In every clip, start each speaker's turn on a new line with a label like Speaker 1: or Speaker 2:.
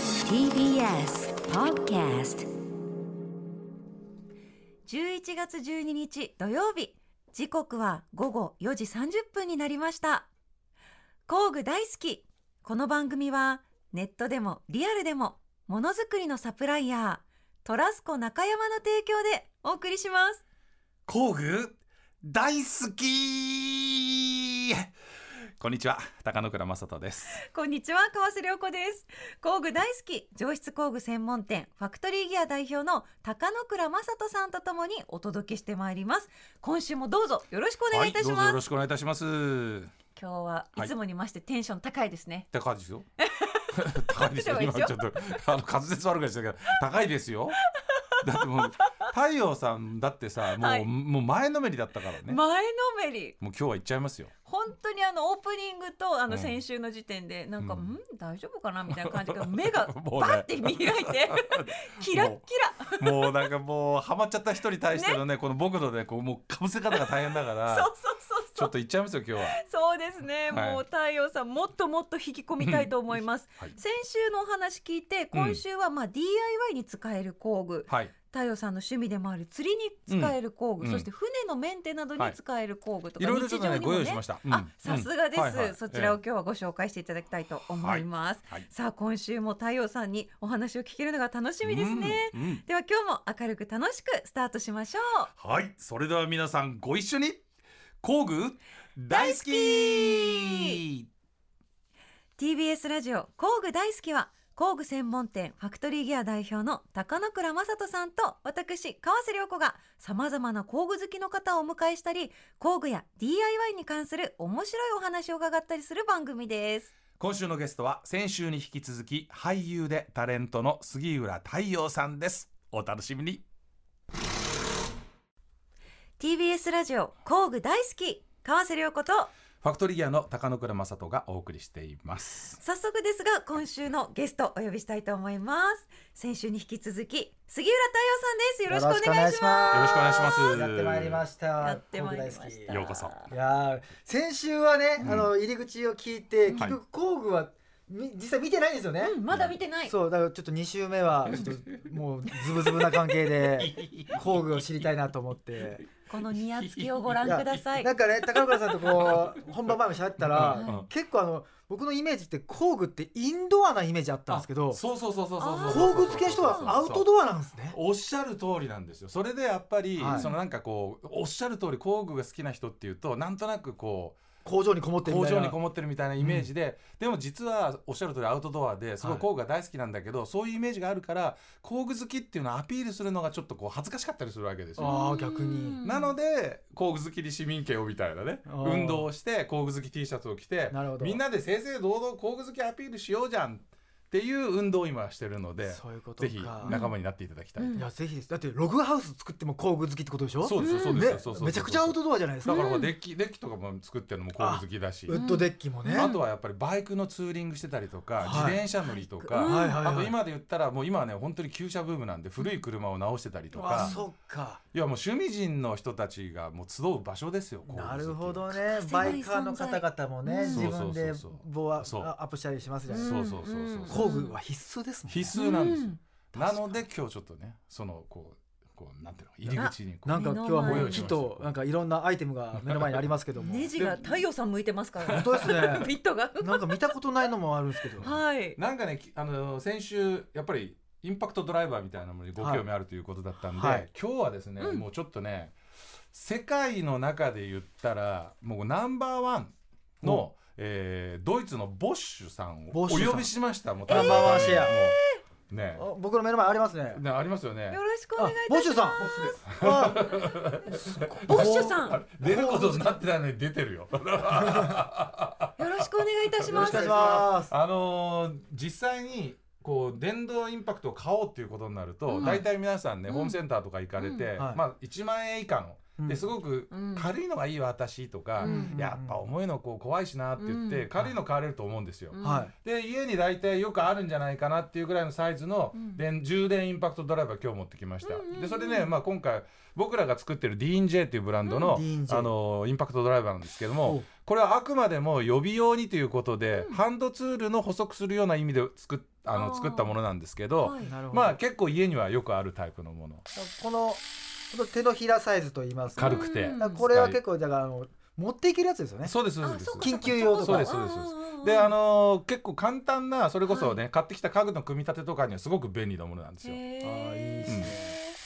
Speaker 1: TBS Podcast 11月12日土曜日時刻は午後4時30分になりました工具大好きこの番組はネットでもリアルでもものづくりのサプライヤートラスコ中山の提供でお送りします
Speaker 2: 工具大好きこんにちは高野倉正人です
Speaker 1: こんにちは川瀬良子です工具大好き上質工具専門店ファクトリーギア代表の高野倉正人さんとともにお届けしてまいります今週もどうぞよろしくお願いいたし
Speaker 2: はいどうぞ
Speaker 1: ます、
Speaker 2: よろしくお願いいたします
Speaker 1: 今日は
Speaker 2: はい
Speaker 1: いつもに増してテンション高いですね、
Speaker 2: 高いですよ 高いですよ
Speaker 1: 高い
Speaker 2: 今
Speaker 1: でし
Speaker 2: ち
Speaker 1: ょ
Speaker 2: ょ っとあの滑舌悪くなっちゃったけど高いですよだってもう太陽さんだってさもう,、
Speaker 1: はい
Speaker 2: もう前のめりだったからねもう
Speaker 1: 前のめり
Speaker 2: 今日は行っちゃいますよ
Speaker 1: 本当にあのオープニングとあ
Speaker 2: う
Speaker 1: の
Speaker 2: ん
Speaker 1: 先週の時点でなんか、
Speaker 2: う
Speaker 1: うんん、大丈夫かなみたいな 感じが目が
Speaker 2: もうね
Speaker 1: バッて見 開いてキラッキ
Speaker 2: もうなんかもうハマっちゃった人に対してのねこの僕のねこうもうかぶせ方が大変だか
Speaker 1: ラ そう
Speaker 2: ら
Speaker 1: そう
Speaker 2: ち
Speaker 1: そ
Speaker 2: ょ
Speaker 1: う
Speaker 2: っと行っちゃいますよ今日は
Speaker 1: そうそうですね、
Speaker 2: はい
Speaker 1: もう太陽さんもっともっと引き込みたいと思います
Speaker 2: はい、
Speaker 1: 先週のお話聞いて今週はまあ DIY に使える工具、
Speaker 2: はい、
Speaker 1: 太陽さんの趣味でもある釣りに使える工具、
Speaker 2: うん
Speaker 1: そして船のメンテなどに使える工具と
Speaker 2: い
Speaker 1: か、
Speaker 2: ろいろちょ
Speaker 1: 日
Speaker 2: っとね
Speaker 1: 常に
Speaker 2: ご
Speaker 1: も
Speaker 2: 用意し
Speaker 1: ね
Speaker 2: ました、
Speaker 1: あさすがです、
Speaker 2: うんはいはい
Speaker 1: そちらを
Speaker 2: え
Speaker 1: 今日はご紹介していただきたいと思います、
Speaker 2: えはい
Speaker 1: さあ今週も太陽さんにお話を聞けるのが楽しみですね、
Speaker 2: うんうん
Speaker 1: では今日も明るく楽しくスタートしましょう
Speaker 2: はい、それでは皆さんご一緒に工具大好き
Speaker 1: TBS ラジオ工具大好きは工具専門店ファクトリーギア代表の高野倉正人さんと私川瀬良子がさまざまな工具好きの方をお迎えしたり工具や DIY に関する面白いお話を伺ったりする番組です
Speaker 2: 今週のゲストは先週に引き続き俳優でタレントの杉浦太陽さんですお楽しみに
Speaker 1: TBS ラジオ工具大好き川瀬良子と
Speaker 2: ファクトリーギアの高野倉正人がお送りしています
Speaker 1: 早速ですが今週のゲストお呼びしたいと思います先週に引き続き杉浦太陽さんですよろしくお願いします
Speaker 2: よろしくお願いします
Speaker 3: やってまいりました。や
Speaker 1: ってまいりました
Speaker 2: ようこそ
Speaker 3: いやー先週はね、
Speaker 2: うん
Speaker 3: あの入り口を聞いて結
Speaker 2: はい
Speaker 3: 局工具は、み実際見てないんですよね。
Speaker 1: うんまだ見てない
Speaker 3: そうだからちょっと2週目はちょっともうズブズブな関係で工具を知りたいなと思って
Speaker 1: このニヤつきをご覧ください
Speaker 3: なんかね高倉さんとこう本番前も喋った
Speaker 2: うん
Speaker 3: ら
Speaker 2: うん
Speaker 3: 結構あの僕のイメージって工具ってインドアなイメージあったんですけど
Speaker 2: そうそうそうそうそうそう
Speaker 3: 工具好きな人はアウトドアなんですね。
Speaker 2: おっしゃる通りなんですよそれでやっぱり、
Speaker 3: はい
Speaker 2: そのなんかこうおっしゃる通り工具が好きな人っていうとなんとなくこう
Speaker 3: 工場にこもってるみ
Speaker 2: 工
Speaker 3: たい
Speaker 2: 場に
Speaker 3: な
Speaker 2: こ。もってるみたいなイメージで、でも実はおっしゃる通りアウトドアですごい工具が大好きなんだけど、そういうイメージがあるから工具好きっていうのをアピールするのがちょっとこう恥ずかしかったりするわけですよ。
Speaker 3: ああ逆に。
Speaker 2: なので工具好きに市民権をみたいなね
Speaker 3: あー
Speaker 2: 運動をして工具好き T シャツを着て
Speaker 3: なるほど
Speaker 2: みんなで正々堂々工具好きアピールしようじゃんっていう運動を今してるので
Speaker 3: そういうこと
Speaker 2: ぜひ
Speaker 3: か。
Speaker 2: 仲間になっていただきたいと、
Speaker 1: うん
Speaker 3: いやぜひですだってログハウス作っても工具好きってことでしょ
Speaker 2: そうですよそうですよ、そうそうそう
Speaker 3: ね、めちゃくちゃアウトドアじゃないです
Speaker 2: だ
Speaker 3: か、
Speaker 2: から
Speaker 3: ウ
Speaker 2: ほらデッキデッキとかも作ってるのも工具好きだし、
Speaker 3: ッドデッキもね、
Speaker 2: あとはやっぱりバイクのツーリングしてたりとか、
Speaker 3: はい
Speaker 2: 自転車乗りとか、
Speaker 1: バイクうん
Speaker 3: はいはいはい
Speaker 2: あと今で言ったらもう今はね本当に旧車ブームなんで古い車を直してたりと
Speaker 3: あ
Speaker 2: か
Speaker 3: そっか
Speaker 2: いやもう趣味人の人たちがもう集う場所ですよ。こういう時
Speaker 3: なるほどね
Speaker 1: 欠か
Speaker 3: バ
Speaker 1: せない
Speaker 3: イカーの方々もね、
Speaker 1: 存在
Speaker 3: 自分で
Speaker 2: そうそうそうそう
Speaker 3: 棒は
Speaker 2: そう
Speaker 3: アップしたりしますじゃないです
Speaker 2: そうそうそうそ
Speaker 1: うん
Speaker 2: うん
Speaker 3: か、工具は必須ですもん、ね、
Speaker 2: 必須なんですよ。
Speaker 1: うん
Speaker 2: なので今日ちょっとねそのこうこうなんていうの入り口にこう
Speaker 3: なんか今日はも
Speaker 1: 目の前
Speaker 3: う
Speaker 1: に
Speaker 3: 木となんかいろんなアイテムが目の前にありますけど も
Speaker 1: ネジが太陽さん向いてますから
Speaker 3: 本当です
Speaker 1: ねビ
Speaker 3: ね
Speaker 1: ットが
Speaker 3: なんか見たことないのもあるんですけど
Speaker 1: はい
Speaker 2: なんかねきあの先週やっぱりインパクトドライバーみたいなものにご興味あるということだったんで、
Speaker 3: はい
Speaker 2: 今日はですね、
Speaker 1: うん
Speaker 2: もうちょっとね世界の中で言ったらもうナンバーワンの、えードイツのボッシュさんをお
Speaker 3: ボッシュさん
Speaker 2: 呼びしましたもう
Speaker 3: ナンバーワンシェア
Speaker 2: ね
Speaker 3: あ僕の目の前ありますね
Speaker 2: ねありますよね
Speaker 1: よろしくお
Speaker 3: あ
Speaker 1: 願いい
Speaker 3: ボッ
Speaker 1: た
Speaker 3: シ
Speaker 1: し
Speaker 3: ュさん
Speaker 1: ます
Speaker 3: あ
Speaker 1: ボッシュさん
Speaker 2: あれ出ることになってないのに出てるよ
Speaker 1: よろしくお願いいたし
Speaker 3: よろ
Speaker 1: ま
Speaker 3: し
Speaker 1: す
Speaker 3: くお願いします
Speaker 2: あのー実際にこう電動インパクトを買おうっていうことになると、
Speaker 1: うん
Speaker 2: 大体皆さんね、
Speaker 1: うん
Speaker 2: ホームセンターとか行かれて、
Speaker 3: うんはい
Speaker 2: まあ、1万円以下の
Speaker 3: うん
Speaker 2: ですごく
Speaker 1: うん
Speaker 2: 軽いのがいいわ私とか、
Speaker 1: うん
Speaker 2: やっぱ重いのこう怖いしなって言って、
Speaker 1: うん
Speaker 2: 軽いの買われると思うんですよ。
Speaker 1: うん
Speaker 3: は
Speaker 2: で家に大体よくあるんじゃないかなっていうぐらいのサイズの
Speaker 1: うん
Speaker 2: 電充電インパクトドライバー今日持ってきました、
Speaker 1: うんうんうん
Speaker 2: でそれね、まあ、今回僕らが作ってる DNJ っていうブランドの,、
Speaker 3: うん DNJ
Speaker 2: あのインパクトドライバーなんですけど
Speaker 3: お
Speaker 2: も
Speaker 3: う
Speaker 2: これはあくまでも予備用にということで、ハンドツールの補足するような意味で作っあ
Speaker 1: あー
Speaker 2: の作ったものなんですけど、
Speaker 1: はい
Speaker 3: い。なるほど。
Speaker 2: まあ結構家にはよくあるタイプのもの
Speaker 3: このちょっと手のひらサイズと言いますか。
Speaker 2: 軽くて、
Speaker 1: うん
Speaker 3: だからこれは結構だからあの持っていけるやつですよね。
Speaker 2: そうですそう
Speaker 1: あ
Speaker 2: です
Speaker 1: そうか
Speaker 3: 緊急用とか
Speaker 2: そうですそうですそうですであのー結構簡単なそれこそね、買ってきた家具の組み立てとかにはすごく便利なものなんですよ。
Speaker 3: あーいいっ
Speaker 1: です
Speaker 3: ね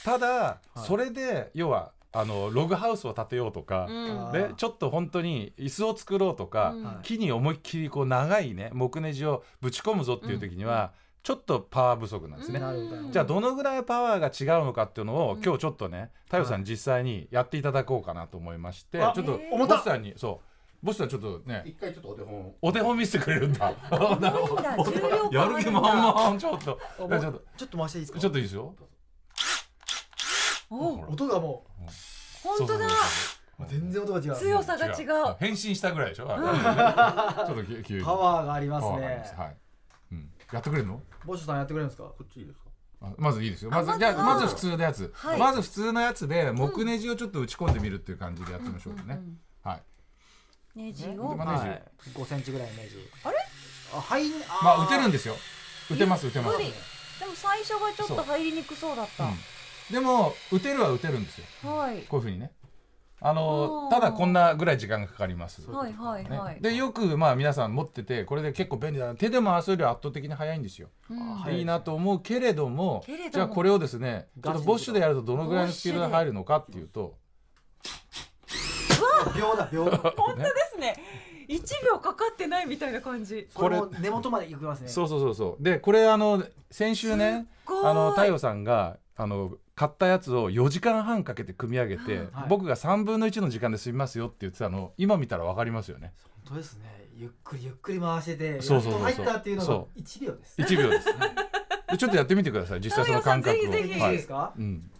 Speaker 2: ただ、
Speaker 3: い
Speaker 2: それで要はあのログハウスを建てようとか、
Speaker 3: あー
Speaker 2: ね、ちょっと本当に椅子を作ろうとか、
Speaker 1: うん
Speaker 3: はい
Speaker 2: 木に思いっきりこう長いね木ネジをぶち込むぞっていう時には、ちょっとパワー不足なんですね。
Speaker 3: なるほど
Speaker 2: じゃあどのぐらいパワーが違うのかっていうのを、
Speaker 1: うん
Speaker 2: 今日ちょっとね太陽さんに実際にやっていただこうかなと思いまして、
Speaker 3: あ
Speaker 2: ちょっと
Speaker 1: え
Speaker 3: ー重た
Speaker 2: ボスさんにそうボスさんちょっとね
Speaker 4: 一回ちょっとお手本を
Speaker 2: お手本見せてくれる んだ。
Speaker 1: 重いんだ重量感
Speaker 2: や
Speaker 1: あ
Speaker 2: る
Speaker 1: る
Speaker 2: 気
Speaker 1: ん
Speaker 2: 満
Speaker 1: だ
Speaker 2: 々ちょっと
Speaker 3: あもう
Speaker 2: ちょっ
Speaker 3: ちょっと回していいです
Speaker 2: と
Speaker 3: か。
Speaker 2: ちょっといいですよ。
Speaker 1: お
Speaker 2: ほら
Speaker 3: 音がも
Speaker 1: 本当だ
Speaker 3: うもう全然音が違う。
Speaker 2: そう
Speaker 1: 強さが違う
Speaker 2: 変身したぐらいでしょ。あれちょっとき 急に
Speaker 3: パワーがありま
Speaker 2: パ
Speaker 3: す
Speaker 2: ワーがあり
Speaker 3: ね
Speaker 2: ます。はい。うんやってくれるの？
Speaker 3: ボッシュさんやってくれるんですか。
Speaker 4: こっちいいですか
Speaker 2: あまずいいですよ。ま
Speaker 1: あま
Speaker 2: ず
Speaker 1: ず
Speaker 2: じゃあ
Speaker 1: は
Speaker 2: まず普通のやつ
Speaker 1: は。い
Speaker 2: まず普通のやつで木ネジをちょっと打ち込んでみるっていう感じでやってみましょうかね。はい。
Speaker 1: ネジ
Speaker 2: で
Speaker 1: を
Speaker 2: まあネジ
Speaker 3: はい。5センチぐらいのネジ。
Speaker 1: あれ？
Speaker 3: あはい。
Speaker 2: まあ打てるん
Speaker 3: ん
Speaker 2: ですよ。打てます打てます
Speaker 1: 無。理でも最初がちょっと入りにくそうだっ
Speaker 2: う
Speaker 1: た
Speaker 2: んでも打てるは打てるんですよ。
Speaker 1: はい
Speaker 2: こういうふうにね。あの
Speaker 1: おー
Speaker 2: ただこんなぐらい時間がかかります。
Speaker 1: はいはい
Speaker 2: ね
Speaker 1: はい
Speaker 2: でよくまあ皆さん持っててこれで結構便利だな手で回すよりは圧倒的に早いんですよ、
Speaker 1: うん
Speaker 3: はい
Speaker 2: い、いなと思うけれども
Speaker 1: けれども
Speaker 2: じゃあこれをですねちょっとボッシュでやるとどのぐらいのスピードで入るのかっていうと、
Speaker 3: 秒だ 秒。
Speaker 1: 本当ですね1秒かかってないみたいな感じ
Speaker 3: こ
Speaker 2: こ
Speaker 3: れ
Speaker 2: れ
Speaker 3: も根元まで行きますね。
Speaker 2: そうそうそうそうでこれあの先週ね
Speaker 1: すごい
Speaker 2: あの太陽さんがあの買ったやつを4時間半かけて組み上げて、
Speaker 3: はい
Speaker 2: 僕が3分の1の時間で済みますよって言ってたのを今見たら分かりますよね
Speaker 3: 本当ですね。ゆっくりゆっくり回してて、やっ
Speaker 2: そうそ
Speaker 3: と
Speaker 2: うそうそう
Speaker 3: 入ったっていうのが
Speaker 2: そ
Speaker 3: 一秒です。
Speaker 2: 1秒です、でちょっとやってみてください実際その感覚を
Speaker 1: 太陽さんぜひぜひ
Speaker 2: はい
Speaker 3: いですか。
Speaker 2: うん、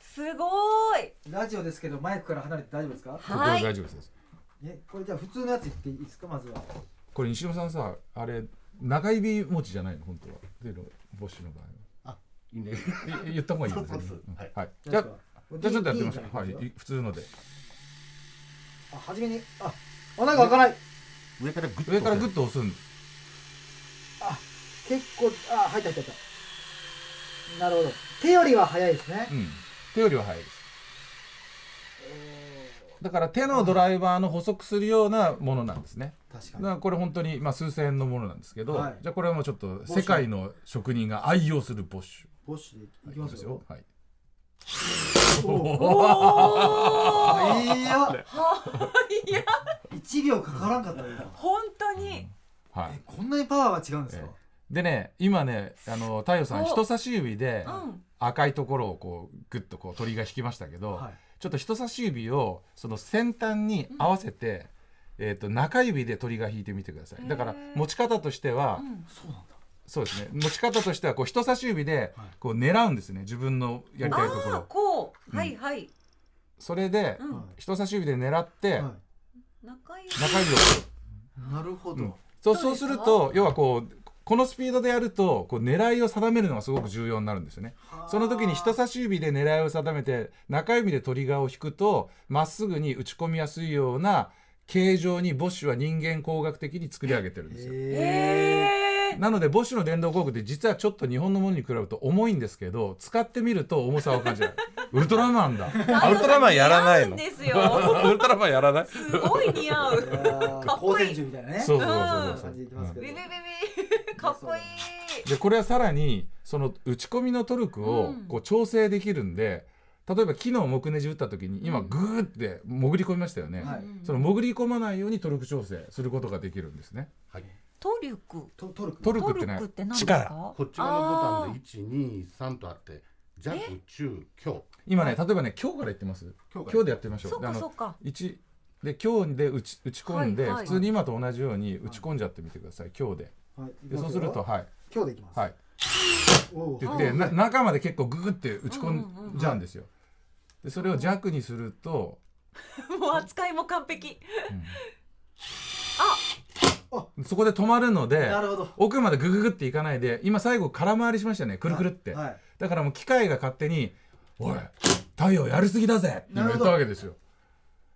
Speaker 1: すごい
Speaker 3: ラジオですけどマイクから離れて大丈夫ですか。
Speaker 2: ここは
Speaker 1: はい
Speaker 2: 大丈夫です
Speaker 3: えこれじゃあ普通のやつ言っていいですかまずは。
Speaker 2: これ西野さんさあれ中指持ちじゃないの本当はっていうのボッシュの場
Speaker 4: いいね
Speaker 2: 合はい言った方がいいです
Speaker 4: そう
Speaker 2: ね
Speaker 4: そうそう
Speaker 2: うん
Speaker 4: はい
Speaker 2: はいじゃあじゃあちょっとやってみましょうはい
Speaker 3: いい。
Speaker 2: い普通ので
Speaker 3: あ初めにあ穴が開かない。
Speaker 4: 上からグッと
Speaker 2: 上からグッと押すん
Speaker 3: 結構あ入った入った入った。なるほど。手よりは早いですね
Speaker 2: う。ん手よりは早いですだから手のドライバーの補足するようなものなんですね
Speaker 3: 確か
Speaker 2: だ
Speaker 3: に
Speaker 2: か。らこれ本当にまあ数千円のものなんですけど、
Speaker 3: はい
Speaker 2: じゃあこれはもうちょっと
Speaker 3: シュ
Speaker 2: 世界の職人が愛用するボッシ
Speaker 3: ボッシュで
Speaker 2: ュ
Speaker 3: いきますよ。
Speaker 2: はい
Speaker 3: お
Speaker 1: おお
Speaker 3: ーいや
Speaker 1: いや
Speaker 3: 一秒かからんかったよ今
Speaker 1: 本当に
Speaker 2: はい
Speaker 3: えこんなにパワーが違うんですか
Speaker 2: え。でね今ねあの太陽さん
Speaker 1: お
Speaker 2: 人差し指で
Speaker 1: うん
Speaker 2: 赤いところをこうグッとこう鳥が引きましたけど、
Speaker 3: はい。
Speaker 2: ちょっと人差し指をその先端に合わせて、えー、と中指で鳥が引いてみてくださ
Speaker 1: へ
Speaker 2: い
Speaker 1: ー
Speaker 2: だから持ち方としては、
Speaker 1: うん
Speaker 3: そうなんだ。
Speaker 2: そうですね持ち方としてはこう人差し指で
Speaker 3: はい
Speaker 2: こう狙うんですね自分のやりたいとこ
Speaker 1: ああ
Speaker 2: ろ
Speaker 1: こう
Speaker 2: うん
Speaker 1: はいはい
Speaker 2: それで
Speaker 1: うん
Speaker 2: 人差し指で狙って
Speaker 3: は
Speaker 1: 中指
Speaker 2: 中指を
Speaker 3: い。なるほど。
Speaker 2: うんそう
Speaker 1: ど
Speaker 2: そうう
Speaker 1: です
Speaker 2: す
Speaker 1: か
Speaker 2: ると要はこうこのスピードでやるとこう狙いを定めるのがすごく重要になるんですよねその時に人差し指で狙いを定めて中指でトリガーを引くとまっすぐに打ち込みやすいような形状にボッシュは人間工学的に作り上げてるんですよ。
Speaker 3: え
Speaker 1: へえ
Speaker 2: なのでボッシュの電動工具って実はちょっと日本のものに比べると重いんですけど使ってみると重さを感じ ないウルトラマンだウルトラマンやらないの
Speaker 1: 似合うんですよ
Speaker 2: ウルトラマンやらな い
Speaker 1: すごい似合う
Speaker 3: え。いやー
Speaker 1: かっこいい
Speaker 3: 光線銃みたいなね。
Speaker 2: そうそうそうそう
Speaker 3: 感じでいき
Speaker 2: そう、う
Speaker 3: ます
Speaker 2: ん
Speaker 3: け
Speaker 1: ビ
Speaker 3: ど
Speaker 1: ビビ。ビかっこいい
Speaker 2: でこれはさらにその打ち込みのトルク
Speaker 1: う
Speaker 2: を
Speaker 1: ん
Speaker 2: こう調整できるんで、例えば木の木ネジ打った時に今
Speaker 1: うん
Speaker 2: グーって潜り込みましたよね、
Speaker 3: はいう
Speaker 2: その
Speaker 1: ん
Speaker 2: 潜り込まないようにトルク調整することができるんですね
Speaker 4: はい
Speaker 1: トリュク
Speaker 3: トトルク。
Speaker 2: トル
Speaker 1: ト
Speaker 2: クって
Speaker 1: ル
Speaker 2: ね
Speaker 1: クって何です
Speaker 2: 力
Speaker 1: か
Speaker 4: こっち側のボタン
Speaker 1: あ
Speaker 4: で123とあって弱中強
Speaker 2: 今ね例えばね今日から言ってます
Speaker 4: 強
Speaker 2: 今日でやってみまし
Speaker 1: ー
Speaker 2: ょう
Speaker 1: そう
Speaker 2: あ
Speaker 1: か
Speaker 2: の
Speaker 1: そうか
Speaker 2: 一で今日で打ち打ち込んで、
Speaker 1: はいはい
Speaker 2: 普通に今と同じように打ち込んじゃってみてください今日で
Speaker 3: はい。いき
Speaker 2: でそ
Speaker 3: ますよ
Speaker 2: うするとはい
Speaker 3: 今日でいきます。
Speaker 2: はいって
Speaker 3: お
Speaker 2: 言
Speaker 3: ー
Speaker 2: って
Speaker 1: うん
Speaker 2: な中まで結構ググって打ち
Speaker 1: うんうんうん
Speaker 2: 込んじゃうんですよ、でそれを弱にすると、
Speaker 1: もう扱いも完璧
Speaker 2: うんそこで止まるので
Speaker 3: なるほど
Speaker 2: 奥までグググっていかないで今最後空回りしましたよねくるくるって、
Speaker 3: はい
Speaker 2: だからもう機械が勝手に「おい太陽やりすぎだぜ!」って言ったわけですよ